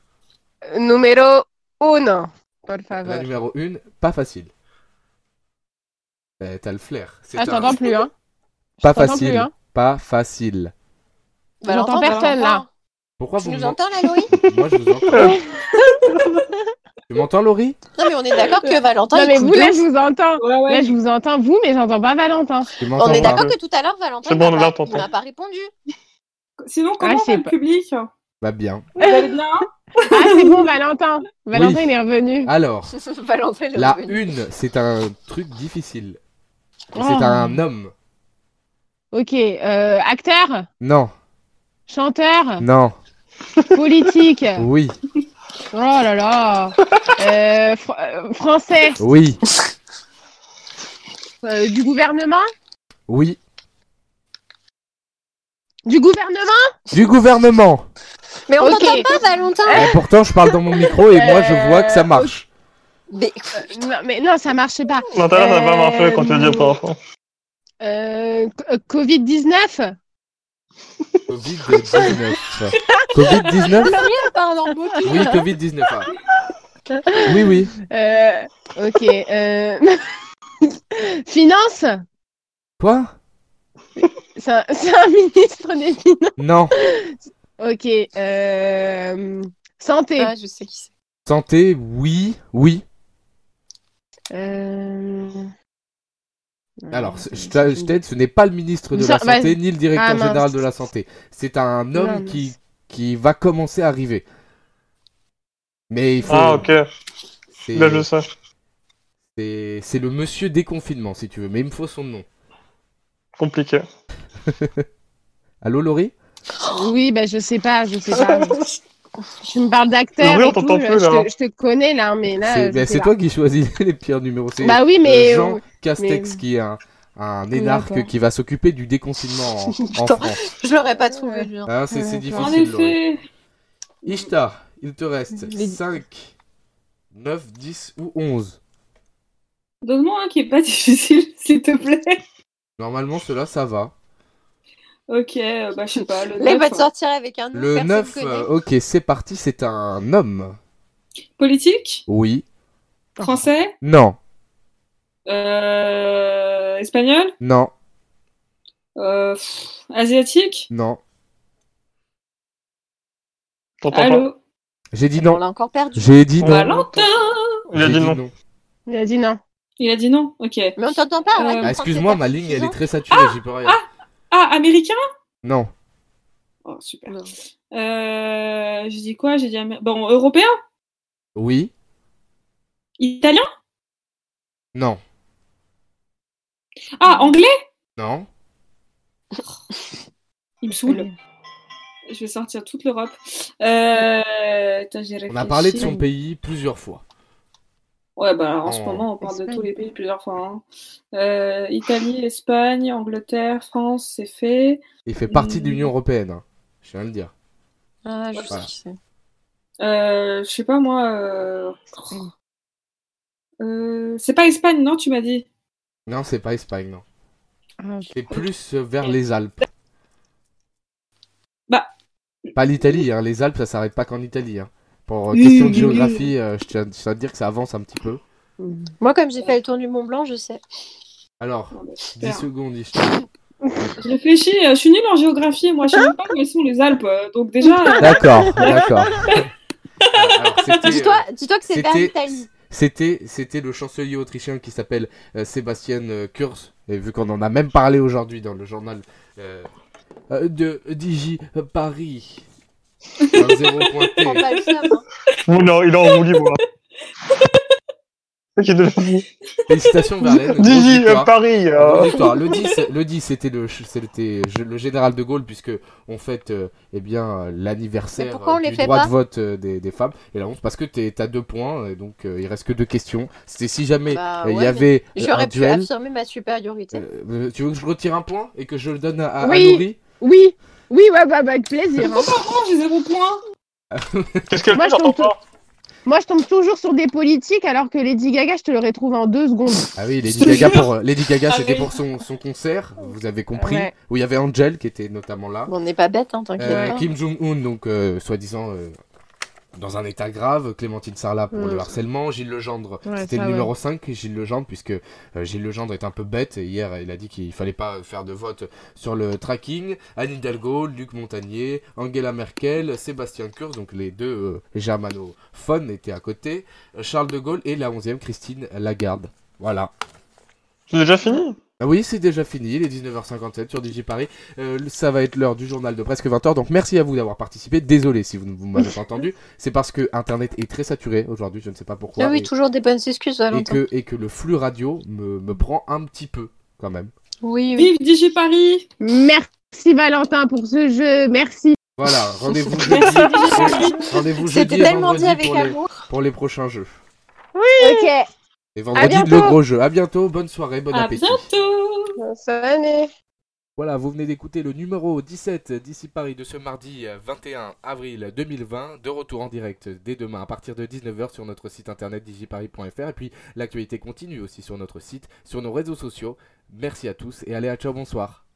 Speaker 4: Numéro
Speaker 1: Ah,
Speaker 4: 1. Por
Speaker 1: La
Speaker 4: favor.
Speaker 1: numéro 1, pas facile. Euh, T'as le flair. C'est
Speaker 4: Ah,
Speaker 1: un-
Speaker 4: t'entends plus, hein
Speaker 1: Pas
Speaker 4: t'entends
Speaker 1: facile.
Speaker 4: plus, hein
Speaker 1: Pas facile.
Speaker 2: Valentin,
Speaker 4: J'entends personne, Ah. là.
Speaker 1: Pourquoi
Speaker 2: Tu
Speaker 1: vous
Speaker 2: nous
Speaker 1: m'en-
Speaker 2: entends là, Laurie
Speaker 1: Moi je vous entends. tu m'entends Laurie
Speaker 2: Non, mais on est d'accord que Valentin.
Speaker 4: Non,
Speaker 2: il
Speaker 4: mais
Speaker 2: coule
Speaker 4: vous, là,
Speaker 2: d'eau.
Speaker 4: je vous entends.
Speaker 3: Ouais, ouais.
Speaker 4: Là, je vous entends, vous, mais j'entends pas Valentin.
Speaker 1: Tu
Speaker 2: On
Speaker 1: m'entends
Speaker 2: est
Speaker 1: pas
Speaker 2: d'accord que tout à l'heure, Valentin,
Speaker 5: C'est
Speaker 2: il
Speaker 5: bon,
Speaker 2: m'a
Speaker 5: on l'a,
Speaker 2: pas- il
Speaker 5: t'entends.
Speaker 2: m'a pas répondu.
Speaker 3: Sinon, comment
Speaker 4: Ah,
Speaker 3: va
Speaker 4: c'est
Speaker 3: le
Speaker 4: pas-
Speaker 3: public
Speaker 1: Bah bien.
Speaker 3: Vous allez bien
Speaker 4: Ah, c'est bon, Valentin. Valentin, il est revenu.
Speaker 1: Alors,
Speaker 2: Valentin, il est
Speaker 1: la
Speaker 2: revenu.
Speaker 1: une, c'est un truc difficile. Et
Speaker 4: Oh.
Speaker 1: C'est un homme.
Speaker 4: Ok, euh, acteur,
Speaker 1: Non,
Speaker 4: chanteur,
Speaker 1: non,
Speaker 4: politique. Oh
Speaker 1: oui,
Speaker 4: là là. Euh, fr- euh, français,
Speaker 1: oui,
Speaker 4: euh, du gouvernement
Speaker 1: oui.
Speaker 4: Du gouvernement
Speaker 1: Du gouvernement.
Speaker 2: Mais on
Speaker 4: Ok.
Speaker 2: t'entend pas, Valentin
Speaker 1: Et pourtant, je parle dans mon micro et moi je vois que ça
Speaker 4: Euh,
Speaker 1: marche.
Speaker 2: Mais-
Speaker 4: Euh, Non, mais non, ça marchait pas.
Speaker 5: Non, t'as l'air, ça n'a pas marché quand tu l'as dit la
Speaker 4: Euh,
Speaker 5: première fois.
Speaker 4: Euh, co- euh, Covid-19
Speaker 1: Covid-19. Covid-19
Speaker 2: Laurie, parle en beau
Speaker 1: Oui, Covid-19. ah. Oui, oui.
Speaker 4: Euh, ok. Euh... Finance
Speaker 1: Quoi
Speaker 4: C'est un, c'est un ministre des Finances.
Speaker 1: Non.
Speaker 4: Ok. Euh... Santé.
Speaker 2: Ah, je sais qui c'est.
Speaker 1: Santé, oui, oui.
Speaker 4: Euh... Ah,
Speaker 1: Alors, c- je t'a- je t'aide, ce n'est pas le ministre de la
Speaker 4: Genre, bah,
Speaker 1: Santé ni le directeur
Speaker 4: ah, mince. Ah,
Speaker 1: général de la Santé. C'est un homme
Speaker 4: mince.
Speaker 1: qui, qui va commencer à arriver. Mais il faut.
Speaker 5: Ah, ok.
Speaker 1: c'est,
Speaker 5: Là, je sais.
Speaker 1: c'est- c'est le monsieur déconfinement, si tu veux, mais il me faut son nom.
Speaker 5: Compliqué.
Speaker 1: Allô, Laurie
Speaker 4: Oui, bah, je sais pas, je sais pas. tu me parles d'acteur.
Speaker 5: Oui, on
Speaker 4: et tout,
Speaker 5: t'entend plus,
Speaker 4: je,
Speaker 5: là.
Speaker 4: te, je te connais là, mais là.
Speaker 1: C'est
Speaker 4: je
Speaker 1: bah,
Speaker 4: sais
Speaker 1: c'est
Speaker 4: pas.
Speaker 1: toi qui choisis les pires numéros. C'est
Speaker 4: Bah oui,
Speaker 1: euh,
Speaker 4: mais.
Speaker 1: Jean Castex
Speaker 4: mais-
Speaker 1: qui est un, un énarque
Speaker 4: d'accord.
Speaker 1: qui va s'occuper du déconfinement en, en
Speaker 2: Putain.
Speaker 1: France.
Speaker 2: Je l'aurais pas trouvé, bien.
Speaker 1: Hein, c'est c'est
Speaker 4: D'accord.
Speaker 3: En
Speaker 1: difficile, Laurie.
Speaker 3: effet.
Speaker 1: Ishtar, il te reste
Speaker 4: Les-
Speaker 1: 5, 9, 10 ou 11.
Speaker 3: Donne-moi un qui est pas difficile, s'il te plaît.
Speaker 1: Normalement, cela, ça va.
Speaker 3: Ok, euh, bah je sais pas. Le
Speaker 2: Là, il va
Speaker 3: neuf,
Speaker 2: te
Speaker 3: hein.
Speaker 2: sortir avec un nom.
Speaker 1: Le
Speaker 2: personne
Speaker 1: 9,
Speaker 2: connaît.
Speaker 1: euh, ok, c'est parti, c'est un homme.
Speaker 3: Politique
Speaker 1: Oui.
Speaker 3: Français
Speaker 1: Non,
Speaker 3: euh, Espagnol
Speaker 1: non,
Speaker 3: euh, pff, Asiatique
Speaker 1: Non.
Speaker 5: T'entends pas
Speaker 3: Allô
Speaker 1: J'ai dit
Speaker 2: On
Speaker 1: non.
Speaker 2: l'a encore perdu.
Speaker 1: J'ai dit non.
Speaker 3: Valentin
Speaker 5: Il a
Speaker 1: J'ai bah- Ah,
Speaker 5: dit non.
Speaker 4: Il a dit non.
Speaker 3: Il a dit non Ok.
Speaker 2: Mais on t'entend pas. arrête
Speaker 3: Euh,
Speaker 2: de
Speaker 1: Ah, excuse-moi,
Speaker 2: prendre
Speaker 1: ma
Speaker 2: tes
Speaker 1: ligne elle est
Speaker 2: partisans.
Speaker 1: très saturée, j'y peux rien.
Speaker 3: Ah, américain
Speaker 1: Non.
Speaker 3: Oh, super.
Speaker 2: Non.
Speaker 3: Euh, j'ai dit quoi J'ai dit Amé- bon, européen
Speaker 1: Oui.
Speaker 3: Italien
Speaker 1: Non.
Speaker 3: Ah, anglais
Speaker 1: Non.
Speaker 3: Il me saoule. Je vais sortir toute l'Europe. Euh... putain, j'ai
Speaker 1: On a parlé de
Speaker 3: réfléchi.
Speaker 1: son pays plusieurs fois.
Speaker 3: Ouais, bah alors, en ce
Speaker 1: Oh.
Speaker 3: moment, on parle de
Speaker 4: Espagne.
Speaker 3: tous les pays plusieurs fois. hein. Euh, Italie, Espagne, Angleterre, France, c'est fait.
Speaker 1: Il fait partie de
Speaker 3: Hmm.
Speaker 1: l'Union Européenne. hein. Je viens de le dire.
Speaker 2: Ah, je
Speaker 1: Voilà.
Speaker 2: sais qui c'est.
Speaker 3: Euh, je sais pas moi. euh, euh, c'est pas Espagne, non, tu m'as dit.
Speaker 1: Non, c'est pas Espagne, non.
Speaker 4: Ah,
Speaker 1: C'est plus euh, vers les Alpes.
Speaker 3: Bah.
Speaker 1: Pas l'Italie, hein. Les Alpes, ça s'arrête pas qu'en Italie. hein. Pour euh,
Speaker 3: Oui,
Speaker 1: question de
Speaker 3: oui,
Speaker 1: géographie, euh, je tiens je tiens à te dire que ça avance un petit peu.
Speaker 2: Moi, comme j'ai fait le tour du Mont Blanc, je sais.
Speaker 1: Alors,
Speaker 3: Non, bah,
Speaker 1: 10
Speaker 3: super.
Speaker 1: secondes, je
Speaker 3: Je réfléchis, euh, je suis nulle en géographie, moi je sais même pas où elles sont les Alpes, euh, donc déjà. euh,
Speaker 1: D'accord, d'accord. Alors, c'était,
Speaker 2: Ah, Dis-toi dis-toi que c'est vers
Speaker 1: c'était-
Speaker 2: l'Italie.
Speaker 1: C'était, c'était le chancelier autrichien qui s'appelle euh, Sébastien euh, Kurz. Et vu qu'on en a même parlé aujourd'hui dans le journal euh, euh, de Digi euh, Paris. Un zéro pointé.
Speaker 2: Prends pas le seum, hein.
Speaker 5: Ou non, il est en roue libre. Ok, de-
Speaker 1: Félicitations Verlaine. grosse
Speaker 5: Digi, euh,
Speaker 1: victoire.
Speaker 5: Paris.
Speaker 1: Grosse
Speaker 5: euh,
Speaker 1: victoire. Le 10, le 10 c'était, le, ch- c'était je- le général de Gaulle puisque on fête euh, eh bien, euh,
Speaker 2: Mais
Speaker 1: l'anniversaire
Speaker 2: pourquoi on
Speaker 1: euh,
Speaker 2: les
Speaker 1: du
Speaker 2: fait
Speaker 1: droit
Speaker 2: pas
Speaker 1: de vote euh, des, des femmes. Et la 11 parce que t'es, t'as deux points et donc euh, il reste que deux questions. C'était si jamais
Speaker 2: Bah,
Speaker 1: euh, il
Speaker 2: ouais,
Speaker 1: y
Speaker 2: mais
Speaker 1: avait euh, un
Speaker 2: J'aurais pu
Speaker 1: duel.
Speaker 2: affirmer ma supériorité.
Speaker 1: Euh, tu veux que je retire un point et que je le donne à, à, à
Speaker 4: Oui.
Speaker 1: Laurie
Speaker 4: Oui, oui, ouais, bah, bah, avec plaisir. hein.
Speaker 3: Franchement, oh, j'ai zéro point.
Speaker 5: Qu'est-ce qu'elle
Speaker 4: Moi,
Speaker 5: fait
Speaker 4: je
Speaker 5: J'entends
Speaker 4: tombe
Speaker 5: pas.
Speaker 4: Moi, je tombe toujours sur des politiques alors que Lady Gaga, je te le retrouve en deux secondes.
Speaker 1: Ah oui, Lady
Speaker 3: Je te
Speaker 1: Gaga,
Speaker 3: jure.
Speaker 1: pour, euh, Lady Gaga
Speaker 3: Ah
Speaker 1: c'était
Speaker 3: oui.
Speaker 1: pour son, son concert, vous avez compris,
Speaker 4: Ouais.
Speaker 1: où il y avait Angel qui était notamment là.
Speaker 2: Bon, on n'est pas bête, hein, t'inquiète
Speaker 1: Euh,
Speaker 2: pas.
Speaker 1: Kim Jong-un, donc euh, soi-disant euh, dans un état grave, Clémentine Sarlat pour
Speaker 4: Mm.
Speaker 1: le harcèlement, Gilles Legendre,
Speaker 4: Ouais,
Speaker 1: c'était
Speaker 4: ça,
Speaker 1: le numéro 5, Gilles Legendre, puisque euh, Gilles Legendre est un peu bête, et hier il a dit qu'il fallait pas faire de vote sur le tracking, Anne Hidalgo, Luc Montagnier, Angela Merkel, Sébastien Kurz, donc les deux euh, germanophones étaient à côté, euh, Charles de Gaulle et la 11e Christine Lagarde. Voilà.
Speaker 5: C'est déjà fini
Speaker 1: Ah oui, c'est déjà fini, il est 19h57 sur DJ Paris. Euh, ça va être l'heure du journal de presque 20h, donc merci à vous d'avoir participé. Désolé si vous ne vous m'avez pas entendu, c'est parce que Internet est très saturé aujourd'hui, je ne sais pas pourquoi.
Speaker 2: Ah oui,
Speaker 1: et,
Speaker 2: toujours des bonnes excuses,
Speaker 1: et
Speaker 2: Valentin.
Speaker 1: que, et que le flux radio me, me prend un petit peu, quand même.
Speaker 2: Oui, oui.
Speaker 3: Vive Digi Paris
Speaker 4: Merci Valentin pour ce jeu, merci.
Speaker 1: Voilà, rendez-vous
Speaker 3: Merci
Speaker 1: jeudi.
Speaker 3: Digi Paris
Speaker 1: Rendez-vous
Speaker 2: C'était
Speaker 1: jeudi et
Speaker 2: tellement dit
Speaker 1: vendredi
Speaker 2: avec
Speaker 1: pour les,
Speaker 2: amour.
Speaker 1: pour les prochains jeux.
Speaker 4: Ok,
Speaker 1: Et vendredi,
Speaker 4: bientôt.
Speaker 1: le gros jeu. À bientôt, bonne soirée, bon
Speaker 3: À
Speaker 1: appétit.
Speaker 3: bientôt
Speaker 4: ça va, mais...
Speaker 1: Voilà, vous venez d'écouter le numéro 17 d'ici Paris de ce mardi euh, 21 avril 2020, de retour en direct dès demain à partir de 19h sur notre site internet digiparis.fr et puis l'actualité continue aussi sur notre site, sur nos réseaux sociaux. Merci à tous et allez à ciao, bonsoir.